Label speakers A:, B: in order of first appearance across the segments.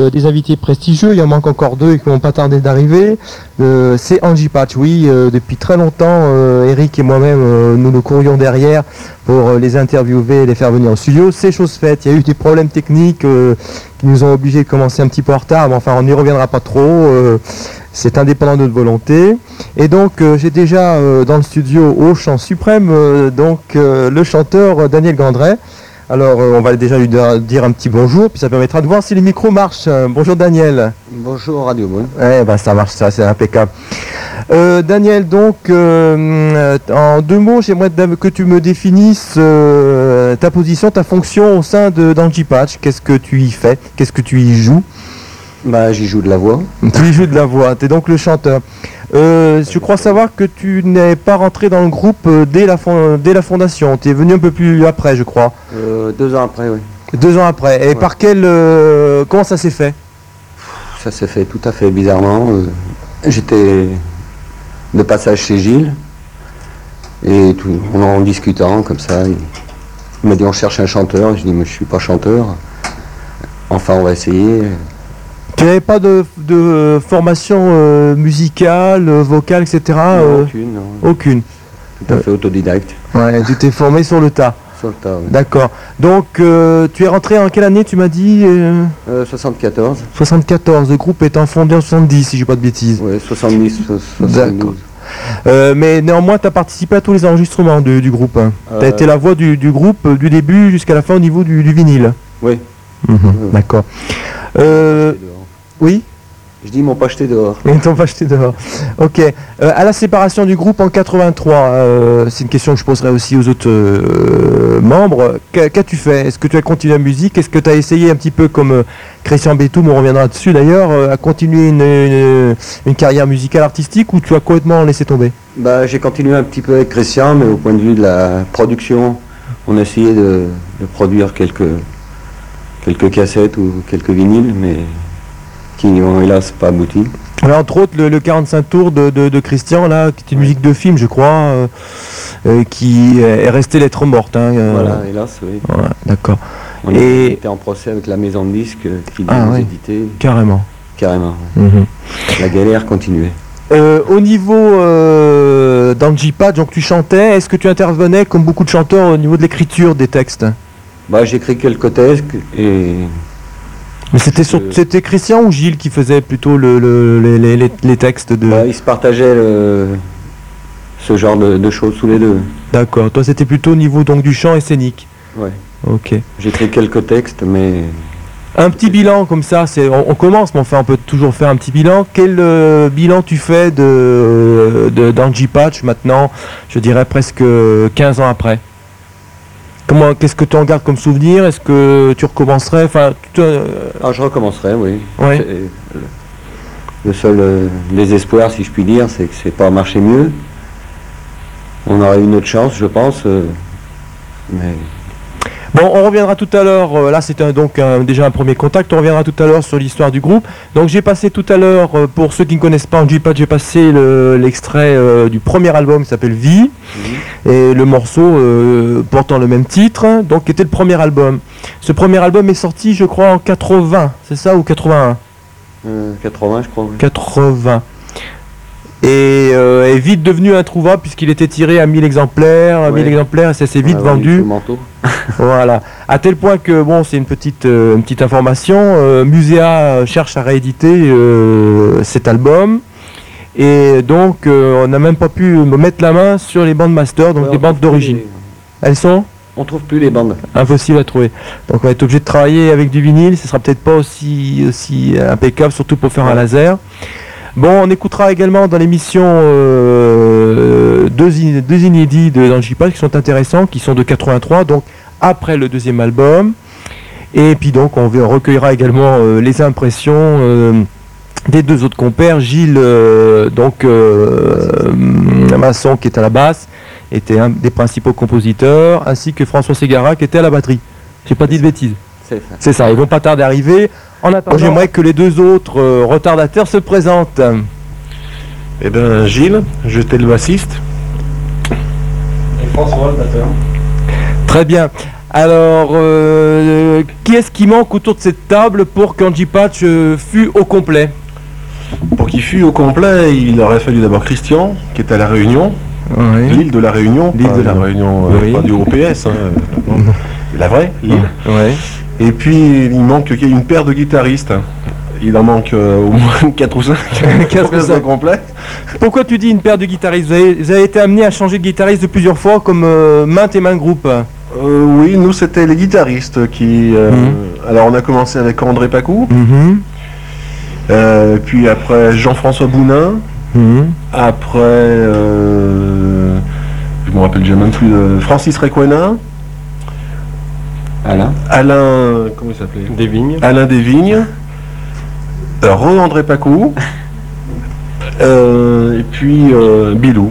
A: euh, des invités prestigieux, il en manque encore deux et qui vont pas tarder d'arriver. Euh, c'est Angie Patch, oui, euh, depuis très longtemps, euh, Eric et moi-même, euh, nous nous courions derrière pour euh, les interviewer et les faire venir au studio. C'est chose faite, il y a eu des problèmes techniques euh, qui nous ont obligés de commencer un petit peu en retard, mais enfin on n'y reviendra pas trop, euh, c'est indépendant de notre volonté. Et donc euh, j'ai déjà euh, dans le studio au chant suprême euh, donc euh, le chanteur euh, Daniel Gandret. Alors, euh, on va déjà lui da- dire un petit bonjour, puis ça permettra de voir si les micros marchent. Euh, bonjour Daniel.
B: Bonjour Radio Moon.
A: Eh ben, ça marche, ça, c'est impeccable. Euh, Daniel, donc, euh, euh, en deux mots, j'aimerais da- que tu me définisses euh, ta position, ta fonction au sein de d'Angie Patch. Qu'est-ce que tu y fais Qu'est-ce que tu y joues
B: Bah, j'y joue de la voix.
A: Tu y joues de la voix, tu es donc le chanteur. Euh, je crois savoir que tu n'es pas rentré dans le groupe euh, dès la, fon- dès la fondation. Tu es venu un peu plus après, je crois.
B: Euh, deux ans après, oui.
A: Deux ans après. Et
B: Ouais.
A: par quel. euh, comment ça s'est fait
B: Ça s'est fait tout à fait bizarrement. Euh, J'étais de passage chez Gilles. Et tout, en en discutant comme ça, il, il m'a dit on cherche un chanteur. Je dis mais je suis pas chanteur. Enfin on va essayer.
A: Tu n'avais pas de, de, euh, formation euh, musicale, euh, vocale, etc. euh,
B: Non, aucune, non.
A: aucune.
B: Tout à fait autodidacte.
A: Ouais, tu t'es formé sur le tas.
B: Sur le tas, oui.
A: D'accord. Donc, euh, tu es rentré en quelle année Tu m'as dit euh,
B: Euh, 74.
A: 74. Le groupe étant fondé en 70, si je dis pas de bêtises.
B: Oui, 70, so- 72.
A: Euh, mais néanmoins, tu as participé à tous les enregistrements du, du groupe. Tu as
B: Euh,
A: été la voix du, du groupe euh, du début jusqu'à la fin au niveau du, du vinyle.
B: Oui.
A: Mhm,
B: oui.
A: D'accord. Euh, oui
B: Je dis ils m'ont pas jeté dehors.
A: Ils t'ont pas acheté dehors. Ok. Euh, à la séparation du groupe en 83, euh, c'est une question que je poserai aussi aux autres euh, membres. Qu'a- Qu'as-tu fait Est-ce que tu as continué la musique Est-ce que tu as essayé un petit peu comme euh, Christian Bétoum, on reviendra dessus d'ailleurs, euh, à continuer une, une- une carrière musicale artistique ou tu as complètement laissé tomber
B: Bah, j'ai continué un petit peu avec Christian, mais au point de vue de la production, on a essayé de, de produire quelques, quelques cassettes ou quelques vinyles, mais qui n'ont hélas pas abouti.
A: Alors, Entre autres, le, le 45 tours de, de- de Christian, là, qui est une
B: Oui.
A: musique de film, je crois, euh, euh, qui est restée lettre morte. hein, euh,
B: Voilà, Ah, hélas, oui.
A: Voilà, D'accord.
B: On
A: Et-
B: était en procès avec la maison de disques euh, qui
A: Ah,
B: nous
A: oui.
B: éditait
A: Carrément.
B: carrément.
A: Mhm.
B: La galère continuait.
A: Euh, au niveau euh, dans le J-Pad, donc tu chantais, est-ce que tu intervenais comme beaucoup de chanteurs au niveau de l'écriture des textes
B: Bah, j'écris quelques textes et
A: Mais c'était sur-
B: Euh,
A: c'était Christian ou Gilles qui faisait plutôt le, le- les, les- les- les textes de.
B: bah, ils se partageaient le- ce genre de, de choses tous les deux.
A: D'accord. Toi, c'était plutôt au niveau donc du chant et scénique.
B: Ouais.
A: Ok.
B: J'écris quelques textes, mais
A: Un petit bilan comme ça, c'est on, on commence, mais enfin on peut toujours faire un petit bilan. Quel euh, bilan tu fais de, de d'Angie Patch maintenant, je dirais presque 15 ans après Comment, qu'est-ce que tu en gardes comme souvenir Est-ce que tu recommencerais Enfin, tu te- euh,
B: ah, je recommencerai, oui.
A: ouais.
B: Et le- Le seul euh, désespoir, si je puis dire, c'est que c'est pas marché mieux. On aurait eu notre chance, je pense. euh, mais
A: Bon, on reviendra tout à l'heure. euh, là, c'était un- donc un- déjà un premier contact. On reviendra tout à l'heure sur l'histoire du groupe. Donc, j'ai passé tout à l'heure, euh, pour ceux qui ne connaissent pas Angie Patch, j'ai passé le- l'extrait euh, du premier album qui s'appelle Vie. et le morceau euh, portant le même titre, donc qui était le premier album. Ce premier album est sorti, je crois, en 80, c'est ça, ou 81
B: euh, 80, je crois. oui.
A: 80. Et euh, est vite devenu introuvable puisqu'il était tiré à 1000 exemplaires, à
B: Ouais.
A: 1000 exemplaires, et ça s'est vite
B: On a
A: vendu.
B: sous manteau.
A: Voilà. À tel point que, bon, c'est une petite, euh, une petite information, euh, Muséa cherche à rééditer euh, cet album. Et donc, euh, on n'a même pas pu mettre la main sur les bandes master, donc
B: Ouais,
A: les
B: on
A: bandes
B: trouve plus
A: d'origine.
B: les-
A: Elles sont
B: On trouve plus les bandes.
A: impossible à trouver. Donc on va être obligé de travailler avec du vinyle, ce sera peut-être pas aussi, aussi impeccable, surtout pour faire un
B: Ouais.
A: laser. Bon, on écoutera également dans l'émission euh, deux, in- deux inédits de Dangipa qui sont intéressants, qui sont de 83, donc après le deuxième album. Et puis donc on ve- recueillera également euh, les impressions euh, des deux autres compères, Gilles euh, donc euh, Masson qui est à la basse, était un des principaux compositeurs, ainsi que François Ségara qui était à la batterie. J'ai pas dit de bêtises.
B: C'est ça.
A: C'est ça, ils vont pas tarder à arriver. En attendant, j'aimerais que les deux autres euh, retardateurs se présentent.
C: Eh bien, Gilles, j'étais le bassiste.
A: Très bien. Alors, euh, qui est-ce qui manque autour de cette table pour qu'Angie Patch euh, fût au complet
C: Pour qu'il fût au complet, il aurait fallu d'abord Christian, qui est à La Réunion, l'île de La Réunion,
A: Mmh. L'île
C: pas
A: de la-
C: Réunion, euh,
A: Oui.
C: pas du groupe PS, hein, euh, non, la vraie, l'île.
A: Ouais.
C: Et puis, il manque qu'il y ait une paire de guitaristes. Il en manque euh, au moins 4 ou 5
A: Quatre ou cinq.
C: complet.
A: Pourquoi tu dis une paire de guitaristes vous avez, vous avez été amené à changer de guitariste de plusieurs fois comme euh, maintes et maintes groupes.
C: Euh, oui, nous c'était les guitaristes qui. euh,
A: Mhm.
C: Alors on a commencé avec André Pacou, euh, puis après Jean-François Bounin, après. euh, je me rappelle déjà même plus. euh, Francis Requena,
D: Alain
C: Alain. Comment il s'appelait
B: Des vignes.
C: Alain Desvignes, euh, Re-André Pacou, euh, et puis euh, Bilou.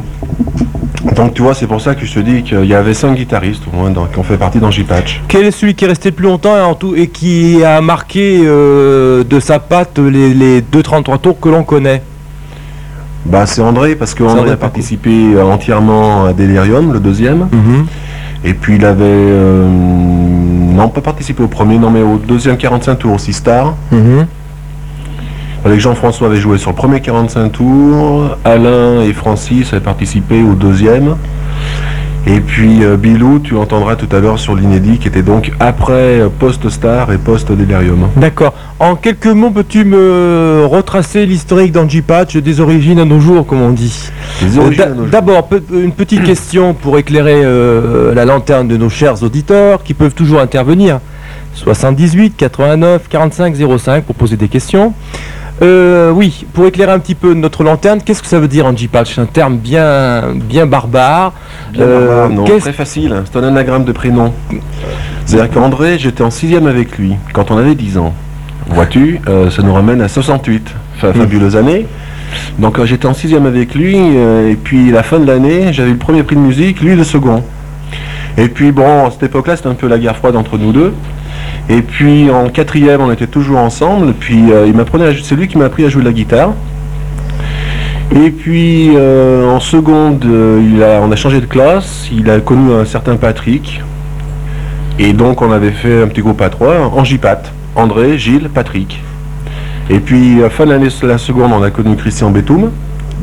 C: Donc tu vois, c'est pour ça que je te dis qu'il y avait cinq guitaristes au moins dans- qui ont fait partie dans J-Patch.
A: Quel est celui qui est resté le plus longtemps et, en tout, et qui a marqué euh, de sa patte les, les 233 tours que l'on connaît
C: Bah, c'est André, parce que
A: C'est
C: André
A: André
C: a
A: Pacou.
C: participé euh, entièrement à Delirium, le deuxième. Et puis il avait. euh, non, pas participé au premier, non, mais au deuxième 45 tours, aussi Star. Avec Jean-François avait joué sur le premier 45 tours, Alain et Francis avaient participé au deuxième. Et puis euh, Bilou, tu entendras tout à l'heure sur l'inédit, qui était donc après euh, post-star et post-délirium.
A: D'accord. En quelques mots, peux-tu me retracer l'historique d'Angie Patch des origines à nos jours, comme on dit
C: Les
A: Euh,
C: origines
A: d'a-
C: de nos jours.
A: D'abord, peut- une petite question pour éclairer euh, la lanterne de nos chers auditeurs qui peuvent toujours intervenir. 78 89 45 05 pour poser des questions. Euh, oui, pour éclairer un petit peu notre lanterne, qu'est-ce que ça veut dire Angie Patch C'est un terme bien, bien barbare.
C: Bien
A: Euh,
C: barbare, non,
A: qu'est-ce-
C: très facile, hein, c'est un anagramme de prénom. C'est-à-dire qu'André, j'étais en sixième avec lui, quand on avait 10 ans. Vois-tu, euh, ça nous ramène à 68, fa- fabuleuse année. Donc euh, j'étais en sixième avec lui, euh, et puis la fin de l'année, j'avais eu le premier prix de musique, lui le second. Et puis bon, à cette époque-là, c'était un peu la guerre froide entre nous deux. Et puis en quatrième, on était toujours ensemble. Puis euh, il m'apprenait, à jou- c'est lui qui m'a appris à jouer de la guitare. Et puis euh, en seconde, euh, il a- on a changé de classe. Il a connu un certain Patrick. Et donc on avait fait un petit groupe à trois, en Pat, André, Gilles, Patrick. Et puis à fin de l'année la seconde, on a connu Christian Bétoum.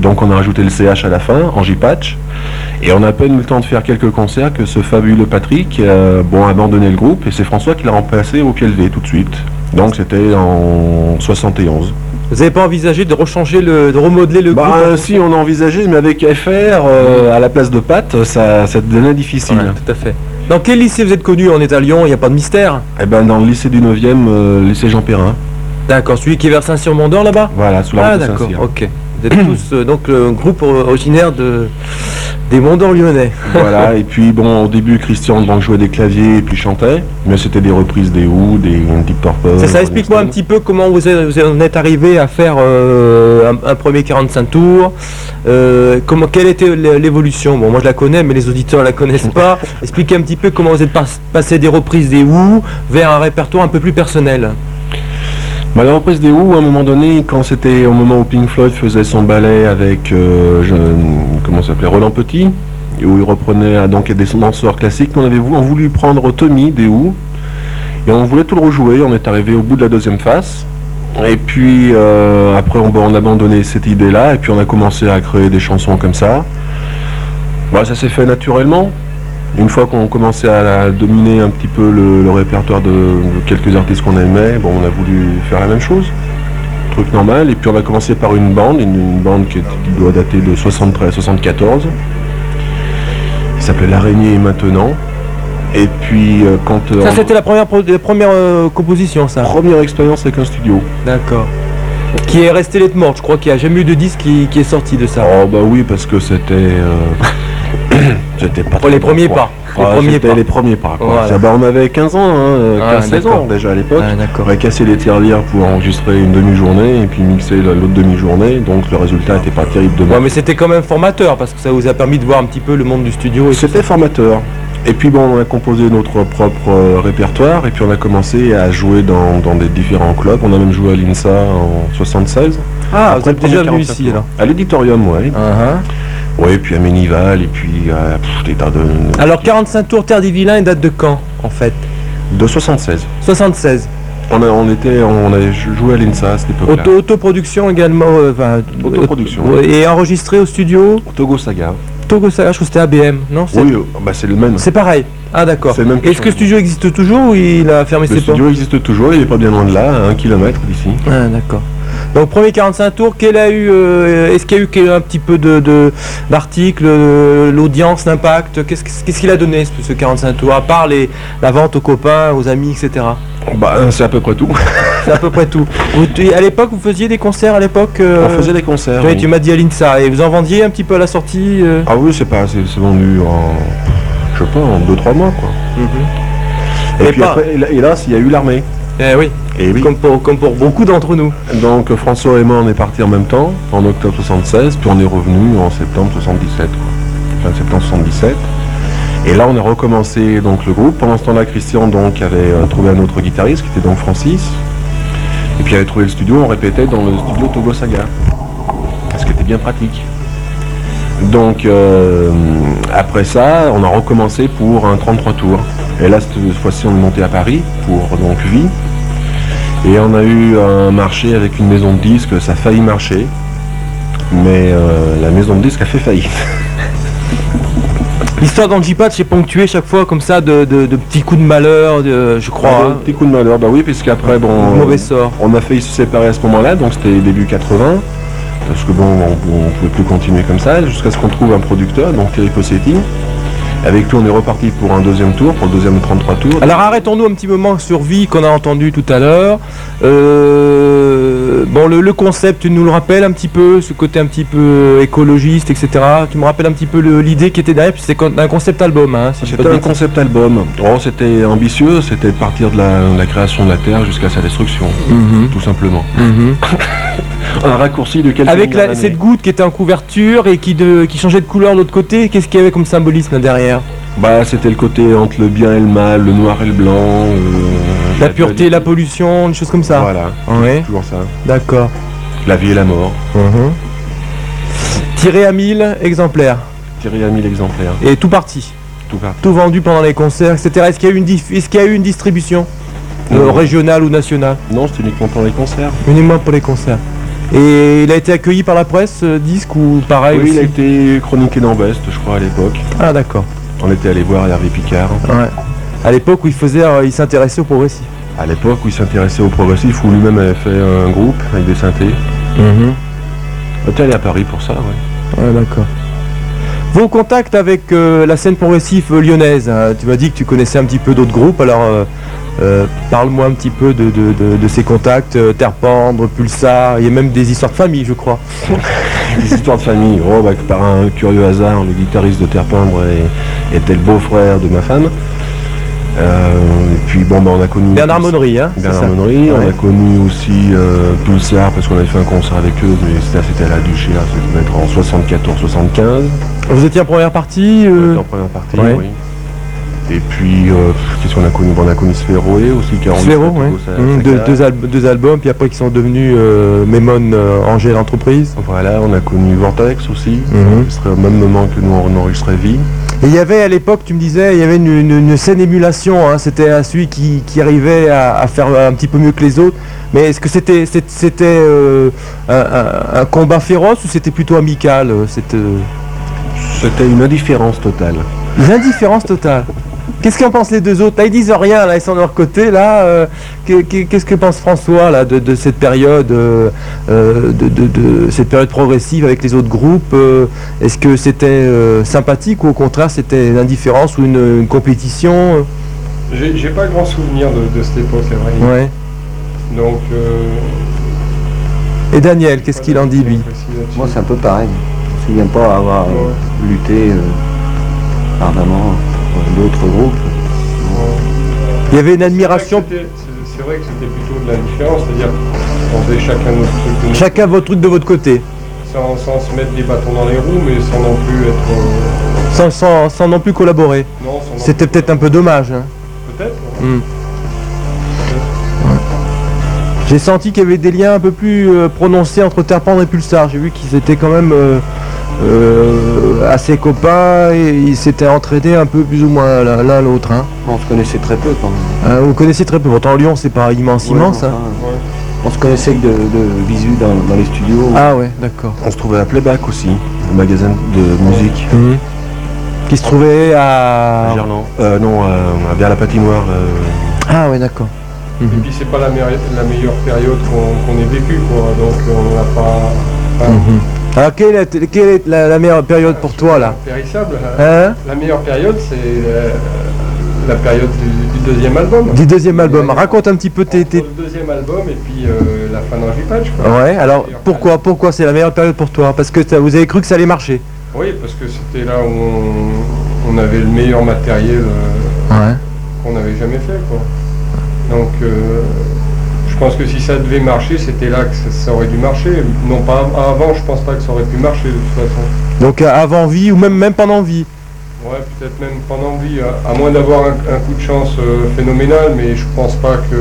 C: Donc on a rajouté le CH à la fin, en Patch. Et on a à peine eu le temps de faire quelques concerts que ce fabuleux Patrick euh, bon, a abandonné le groupe et c'est François qui l'a remplacé au pied levé tout de suite. Donc c'était en 71.
A: Vous n'avez pas envisagé de rechanger, le, de remodeler le
C: Bah
A: groupe
C: euh, si on a envisagé, mais avec FR euh, à la place de Pat, ça, ça devenait difficile.
A: Ouais, Tout à fait. Dans quel lycée vous êtes connu On est à Lyon, il n'y a pas de mystère.
C: Et ben dans le lycée du 9e, euh, lycée Jean Perrin,
A: D'accord, celui qui est vers Saint-Cyr-Mondor là-bas
C: voilà, sous la
A: Ah
C: route de
A: d'accord,
C: Saint-Cyr.
A: ok. Vous êtes tous euh, donc le groupe euh, originaire de, des Mondors lyonnais.
C: voilà, et puis bon, au début, Christian donc, jouait des claviers et puis chantait, mais c'était des reprises des Who, des Deep Purple.
A: Ça, ça
C: Rolling
A: explique-moi un
C: Stone.
A: petit peu comment vous êtes- vous en êtes arrivé à faire euh, un, un premier 45 tours. Euh, comment, quelle était l'é- l'évolution Bon, moi je la connais, mais les auditeurs la connaissent pas. Expliquez un petit peu comment vous êtes pas- passé des reprises des Who vers un répertoire un peu plus personnel.
C: Bah, la reprise des Who, à un moment donné, quand c'était au moment où Pink Floyd faisait son ballet avec euh, je- comment ça s'appelait Roland Petit, et où il reprenait ah, donc des danseurs classiques, nous, on avait vou- on voulu prendre Tommy des Who, et on voulait tout le rejouer. On est arrivé au bout de la deuxième face. Et puis euh, après, on, bah, on a abandonné cette idée-là, et puis on a commencé à créer des chansons comme ça. Bah, ça s'est fait naturellement. Une fois qu'on commençait à la- dominer un petit peu le, le répertoire de quelques artistes qu'on aimait, bon, on a voulu faire la même chose. Truc normal. Et puis on a commencé par une bande, une, une bande qui, est- qui doit dater de 73 74. qui s'appelait L'araignée et maintenant. Et puis euh, quand... euh,
A: Ça
C: on- Oh.
A: c'était la première, pro- la première euh, composition, ça.
C: Première expérience avec un studio.
A: D'accord. Qui est restée lettre morte, je crois qu'il n'y a jamais eu de disque qui, qui est sorti de ça.
C: Oh bah oui parce que c'était euh, c'était pas
A: Pour Oh, les premiers pas. Les premiers
C: Oh, c'était
A: pas.
C: les premiers pas quoi.
A: Voilà.
C: Ça, bah, on avait 15 ans hein,
A: Ah,
C: 15 16
A: d'accord.
C: ans déjà à l'époque.
A: Ah,
C: On
A: d'accord.
C: aurait cassé les tirelires pour enregistrer une demi-journée et puis mixer la- l'autre demi-journée donc le résultat était pas terrible de
A: Ouais,
C: mal.
A: mais c'était quand même formateur parce que ça vous a permis de voir un petit peu le monde du studio. Et tout.
C: C'était formateur. Et puis bon, on a composé notre propre euh, répertoire et puis on a commencé à jouer dans, dans des différents clubs. On a même joué à l'INSA en 76.
A: Ah, vous
C: Après
A: êtes
C: le premier
A: déjà venu
C: 45
A: ici alors. Ah,
C: À l'auditorium, ouais. Ouais, et puis à Ménival, et puis à pff, des tas de...
A: Alors 45 tours Terre des Vilains et date de quand en fait
C: de 76.
A: 76.
C: On, a- on était, on avait joué à l'INSA à cette époque-là.
A: Auto, autoproduction également. euh, enfin,
C: Autoproduction.
A: auto- et enregistré au studio
C: Togo Saga.
A: Togo Saga, je crois que c'était ABM, non C'est-
C: Oui, euh, bah, c'est le même.
A: C'est pareil. Ah d'accord.
C: C'est le même que
A: Est-ce
C: sur
A: que le
C: le-
A: studio existe toujours ou il a fermé ses
C: Le
A: portes
C: studio existe toujours, il est pas bien loin de là, à un kilomètre d'ici.
A: Ah d'accord. Donc premier 45 tours, quel a eu euh, est-ce qu'il y a eu quel- un petit peu de de- d'articles, euh, l'audience, l'impact, qu'est-ce qu'est-ce qu'il a donné ce, ce 45 tours à part les la vente aux copains, aux amis, etc.
C: Bah, euh, c'est à peu près tout.
A: C'est à peu près tout. Vous- tu- à l'époque, vous faisiez des concerts à l'époque. euh,
C: On faisait des concerts.
A: tu vois,
C: oui.
A: Tu m'as dit à l'INSA et vous en vendiez un petit peu à la sortie. euh,
C: Ah oui, c'est pas, c'est c'est vendu en, je sais pas, en 2-3 mois quoi.
A: Mais
C: Et, puis
A: pas-
C: après, hélas- hélas, il y a eu l'armée.
A: Eh oui,
C: Et oui.
A: Comme, pour, comme pour beaucoup d'entre nous.
C: Donc François et moi, on est partis en même temps, en octobre 76, puis on est revenu en septembre 77, quoi. Fin septembre 77. Et là, on a recommencé donc le groupe. Pendant ce temps-là, Christian donc avait euh, trouvé un autre guitariste, qui était donc Francis. Et puis, il avait trouvé le studio. On répétait dans le studio Togo Saga, ce qui était bien pratique. Donc euh, après ça, on a recommencé pour un 33 tours. Et là, cette fois-ci, on est monté à Paris pour donc Vie. Et on a eu un marché avec une maison de disques, ça a failli marcher, mais euh, la maison de disques a fait faillite.
A: L'histoire d'Angipat s'est ponctuée chaque fois comme ça de, de- de petits coups de malheur, de, je crois,
C: Un petit coup de malheur, bah oui, puisqu'après,
A: hein,
C: bon,
A: de mauvais sort.
C: on a failli se séparer à ce moment-là, donc c'était début 80, parce que bon, on, on pouvait plus continuer comme ça, jusqu'à ce qu'on trouve un producteur, donc Thierry Possetti. Avec lui, on est reparti pour un deuxième tour, pour le deuxième 33 tours.
A: Alors arrêtons-nous un petit moment sur Vie qu'on a entendu tout à l'heure. Euh, bon, le, le concept, tu nous le rappelles un petit peu, ce côté un petit peu écologiste, etc. Tu me rappelles un petit peu le- l'idée qui était derrière, puis c'est con- un concept album, hein, si je
C: C'était
A: peux
C: un
A: dire.
C: concept album. Oh, c'était ambitieux, c'était de partir de la, de la création de la Terre jusqu'à sa destruction,
A: Mhm,
C: tout simplement.
A: mhm.
C: Un raccourci de quelques
A: Avec
C: millions
A: la-
C: d'années.
A: cette goutte qui était en couverture et qui, de- qui changeait de couleur de l'autre côté, qu'est-ce qu'il y avait comme symbolisme derrière
C: Bah, c'était le côté entre le bien et le mal, le noir et le blanc. euh,
A: La pureté, la pollution, des choses comme ça.
C: Voilà,
A: Ouais,
C: toujours ça.
A: d'accord. Mhm.
C: La vie et la mort.
A: Tiré à 1000 exemplaires
C: Tiré à 1000 exemplaires,
A: et tout parti,
C: tout cas.
A: tout vendu pendant les concerts, etc. Est-ce qu'il y a eu une, dif- est-ce qu'il y a eu une distribution euh,
C: Non.
A: régionale ou nationale
C: Non, c'était uniquement pendant les concerts.
A: Uniquement pour les concerts. Et il a été accueilli par la presse, euh, disque ou pareil
C: oui, il a
A: aussi
C: été chroniqué dans Best, je crois, à l'époque.
A: Ah d'accord.
C: On était allé voir Hervé Picard.
A: Ouais. À l'époque où il faisait, euh, il s'intéressait au progressif.
C: À l'époque où il s'intéressait au progressif, où lui-même avait fait un groupe avec des synthés. Mhm. On était allé à Paris pour ça, ouais.
A: Ouais, d'accord. Vos contacts avec euh, la scène progressive euh, lyonnaise, hein, tu m'as dit que tu connaissais un petit peu d'autres groupes, alors euh, euh, parle-moi un petit peu de, de- de- de ces contacts, euh, Terpendre, Pulsar, il y a même des histoires de famille, je crois.
C: Des histoires de famille. Oh, bah, que par un curieux hasard, le guitariste de Terpendre est- était le beau-frère de ma femme. Euh, et puis, bon, bah, on a connu...
A: Bernard Monnery, hein c'est
C: Bernard
A: ça
C: Monnery, on
A: Ouais.
C: a connu aussi euh, Pulsar parce qu'on avait fait un concert avec eux, mais c'était c'était à la Duchère, ça devait être en 74-75,
A: Vous étiez en première partie euh,
C: en première partie,
A: ouais.
C: oui. Et puis, euh, qu'est-ce qu'on a connu Bon, On a connu Sphéroé aussi, car on
A: Sphero,
C: était
A: ouais.
C: tous à-
A: Hum,
C: à
A: deux,
C: Saga.
A: deux al- deux albums, puis après qui sont devenus euh, Memon euh, Angèle Entreprise.
C: Voilà, on a connu Vortex aussi,
A: Mhm.
C: ce serait au même moment que nous on enregistrait Vie.
A: Et il y avait à l'époque, tu me disais, il y avait une, une- une saine émulation. hein, C'était euh, celui qui, qui arrivait à, à faire un petit peu mieux que les autres. Mais est-ce que c'était c'est- c'était euh, un, un- un combat féroce ou c'était plutôt amical euh, cette euh,
C: C'était une indifférence totale.
A: l'indifférence totale Qu'est-ce qu'en pensent les deux autres Là, ils disent rien. Là, ils sont de leur côté. Là, euh, qu'est- qu'est- qu'est-ce que pense François là de, de cette période euh, euh, de, de- de cette période progressive avec les autres groupes euh, Est-ce que c'était euh, sympathique ou au contraire c'était l'indifférence ou une, une compétition euh
E: J'ai j'ai pas grand souvenir de, de cette époque, à vrai dire.
A: euh, Ouais.
E: Donc, euh,
A: Et Daniel, qu'est-ce qu'il en dit lui
E: précis là-dessus.
B: Moi, c'est un peu pareil. Je ne souviens pas avoir euh, lutté euh, ardemment pour d'autres groupes.
A: Il y avait une
E: C'est vrai que
A: admiration.
E: c'était- C'est c'est vrai que c'était plutôt de la différence, c'est-à-dire on faisait chacun notre truc de notre-
A: Chacun votre truc de votre côté,
E: sans, sans se mettre des bâtons dans les roues, mais sans non plus être. euh,
A: sans, sans, sans non plus collaborer.
E: non, sans non
A: C'était
E: plus-
A: peut-être un peu dommage. hein.
E: Peut-être.
A: Hmm. J'ai senti qu'il y avait des liens un peu plus euh, prononcés entre Terpendre et Pulsar. J'ai vu qu'ils étaient quand même euh, euh, à ses copains et ils s'étaient entraînés un peu plus ou moins l'un l'un l'autre. hein.
B: On se connaissait très peu quand même.
A: Euh, vous connaissez très peu, pourtant Lyon c'est pas immense immense.
B: Ouais,
A: hein.
B: enfin, euh, On se connaissait que de, de visu dans, dans les studios.
A: Ah ouais, d'accord.
C: On se trouvait à Playback aussi, un magasin de musique.
A: Mhm. Qui se trouvait à...
C: À Gerland. Euh, non, à- à- vers la patinoire. euh,
A: Ah ouais, d'accord.
E: Et puis c'est pas la, mer- la meilleure période qu'on qu'on ait vécue, quoi. Donc on n'a pas. pas
A: Mhm. Alors quelle est, quelle est la, la meilleure période pour toi là
E: Périssable.
A: Hein
E: La meilleure période, c'est euh, la période du, du deuxième album.
A: Du deuxième album, raconte un petit peu tes...
E: Entre
A: tes-
E: le deuxième album et puis euh, la fin d'Henri Patch. quoi.
A: Ouais, alors pourquoi pourquoi c'est la meilleure période pour toi Parce que t'as- vous avez cru que ça allait marcher.
E: Oui, parce que c'était là où on, on avait le meilleur matériel euh,
A: Ouais.
E: qu'on n'avait jamais fait. Quoi. Donc, euh, je pense que si ça devait marcher, c'était là que ça, ça aurait dû marcher. Non, pas av- avant, je pense pas que ça aurait pu marcher de toute façon.
A: Donc euh, avant vie ou même même pendant vie.
E: Ouais, peut-être même pendant vie, à, à moins d'avoir un, un coup de chance euh, phénoménal, mais je pense pas que.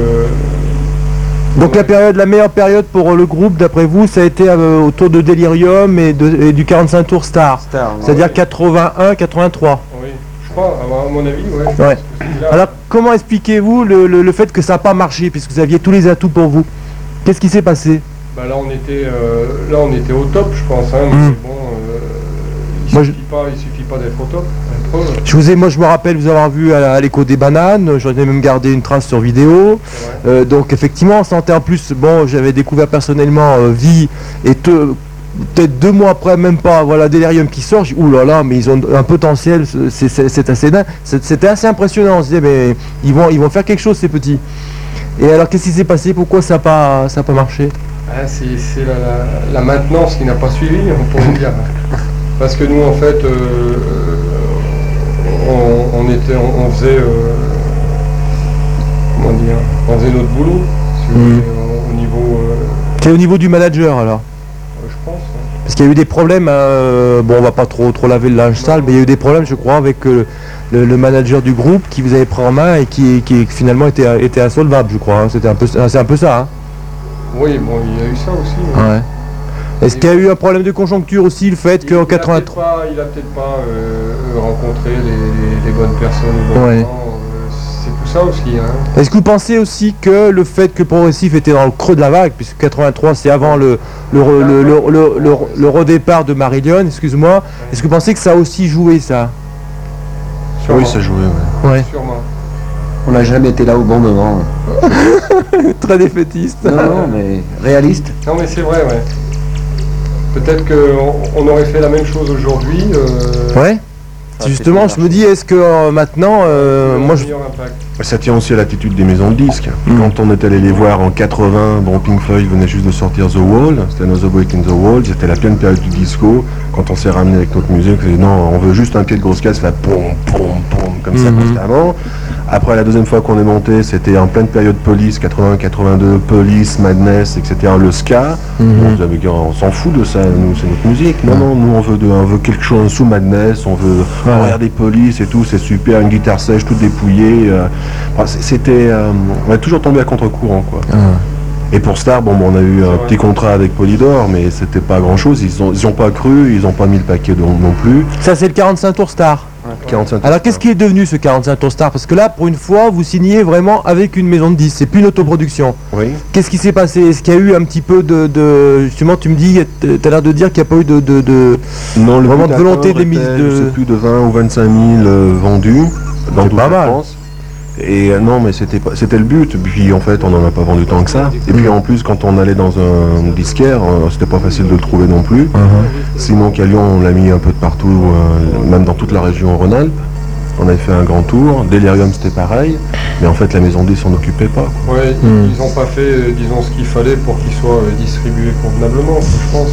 A: Donc la période, la meilleure période pour euh, le groupe d'après vous, ça a été euh, autour de Delirium et, de- et du 45 tours Star.
B: Star, ouais.
A: C'est-à-dire 81-83.
E: Oui, je pense, à, à mon avis, ouais. je
A: Ouais. Ah,
E: pense que c'est là.
A: Alors comment expliquez-vous le, le- le fait que ça n'a pas marché puisque vous aviez tous les atouts pour vous Qu'est-ce qui s'est passé
E: Bah là on était euh, là on était au top je pense hein, mais
A: Mm.
E: bon euh, il
A: Moi, je-
E: suffit pas il suffit pas d'être au top la preuve,
A: Je vous ai, moi je me rappelle vous avoir vu à, la- à l'écho des bananes, j'en ai même gardé une trace sur vidéo.
E: c'est vrai.
A: Euh, donc effectivement, on sentait en plus, bon, j'avais découvert personnellement euh, Vie et te- peut-être deux mois après, même pas, voilà, Delirium qui sort, je dis, ouh là là, mais ils ont un potentiel, c'est- c'est c'est assez dingue. C'est- C'était assez impressionnant, on se disait, mais ils vont, ils vont faire quelque chose ces petits. Et alors qu'est-ce qui s'est passé Pourquoi ça n'a pas, ça a pas marché
E: Ah, c'est c'est la, la- la maintenance qui n'a pas suivi on pourrait dire parce que nous en fait euh, euh, on, on était on, on faisait euh, comment dire on faisait notre boulot si vous
A: Mm.
E: voulez, au- au niveau euh,
A: C'est au niveau du manager alors
E: je pense hein.
A: Parce qu'il y a eu des problèmes, euh, bon on va pas trop trop laver le linge sale, mais il y a eu des problèmes je crois avec euh, le, le manager du groupe qui vous avait pris en main et qui, qui finalement était, était insolvable je crois. hein. C'était un peu c'est un peu ça. hein.
E: oui bon il y a eu ça aussi ouais.
A: Ouais. Est-ce qu'il y a eu un problème de conjoncture aussi, le fait
E: Il- il a
A: qu'en
E: peut-être
A: 83...
E: pas- Il a peut-être pas euh, rencontré les, les- les bonnes personnes. au bon
A: Ouais.
E: moment, euh, C'est tout ça aussi. Hein.
A: Est-ce que vous pensez aussi que le fait que Progressif était dans le creux de la vague, puisque 83 c'est avant le, le, re- le, le, le- le- le redépart de Marillion, excuse-moi, est-ce que vous pensez que ça a aussi joué ça
E: Sûrement.
C: jouait. ouais.
E: Sûrement.
B: On n'a jamais été là au bon moment.
A: Très défaitiste.
B: Non, non, mais réaliste.
E: Non, mais c'est vrai, ouais. Peut-être qu'on on aurait fait la même chose aujourd'hui. euh,
A: Ouais
B: Ah,
A: Justement,
B: c'est
A: je me dis, est-ce que euh, maintenant, euh,
E: un
A: moi je...
E: meilleur impact.
C: Ça tient aussi à l'attitude des maisons de disques.
A: Mm.
C: Quand on est allé les voir en 80, bon, Pink Floyd venait juste de sortir The Wall, c'était Another Break in the Wall, c'était la pleine période du disco. Quand on s'est ramené avec notre musique, on s'est dit non, on veut juste un pied de grosse casse, là, pom, pom, pom, comme ça
A: Mhm.
C: constamment. Après, la deuxième fois qu'on est monté, c'était en pleine période police, 80-82, police, madness, etc., le ska. Bon, vous avez dit, on s'en fout de ça, nous, c'est notre musique. Non, non, nous, on veut, de- on veut quelque chose sous Madness, on veut
A: Voilà.
C: regarder des polices et tout, c'est super, une guitare sèche, toute dépouillée. euh. Enfin, c- C'était... euh, on est toujours tombé à contre-courant, quoi.
A: Ah.
C: Et pour Star, bon, bon, on a eu un
E: vrai.
C: petit contrat avec Polydor, mais c'était pas grand-chose. Ils ont, ils ont pas cru, ils ont pas mis le paquet non, non plus.
A: Ça c'est le 45 tours star.
C: 45
A: Alors qu'est-ce qui est devenu ce 45 tours star Parce que là, pour une fois, vous signez vraiment avec une maison de 10, c'est plus une autoproduction.
C: Oui.
A: Qu'est-ce qui s'est passé Est-ce qu'il y a eu un petit peu de, de- justement tu me dis t'as l'air de dire qu'il n'y a pas eu de, de, de-
C: Non, le
A: Vraiment
C: but
A: de volonté
C: atteindre
A: des mises
C: était,
A: de-
C: Je sais plus de 20 ou 25 000 euh, vendus dans
A: C'est
C: toute
A: pas
C: la
A: mal.
C: France. Et euh, non, mais c'était pas, c'était le but. Puis en fait, on n'en a pas vendu tant que ça. Et puis en plus, quand on allait dans un disquaire, euh, c'était pas facile de le trouver non plus. Sinon qu'à Lyon, on l'a mis un peu de partout, euh, même dans toute la région Rhône-Alpes. On avait fait un grand tour. Delirium, c'était pareil. Mais en fait, la maison D s'en occupait pas. quoi.
E: Ouais,
A: Mm.
E: Ils n'ont pas fait, euh, disons, ce qu'il fallait pour qu'il soit euh, distribué convenablement, je pense.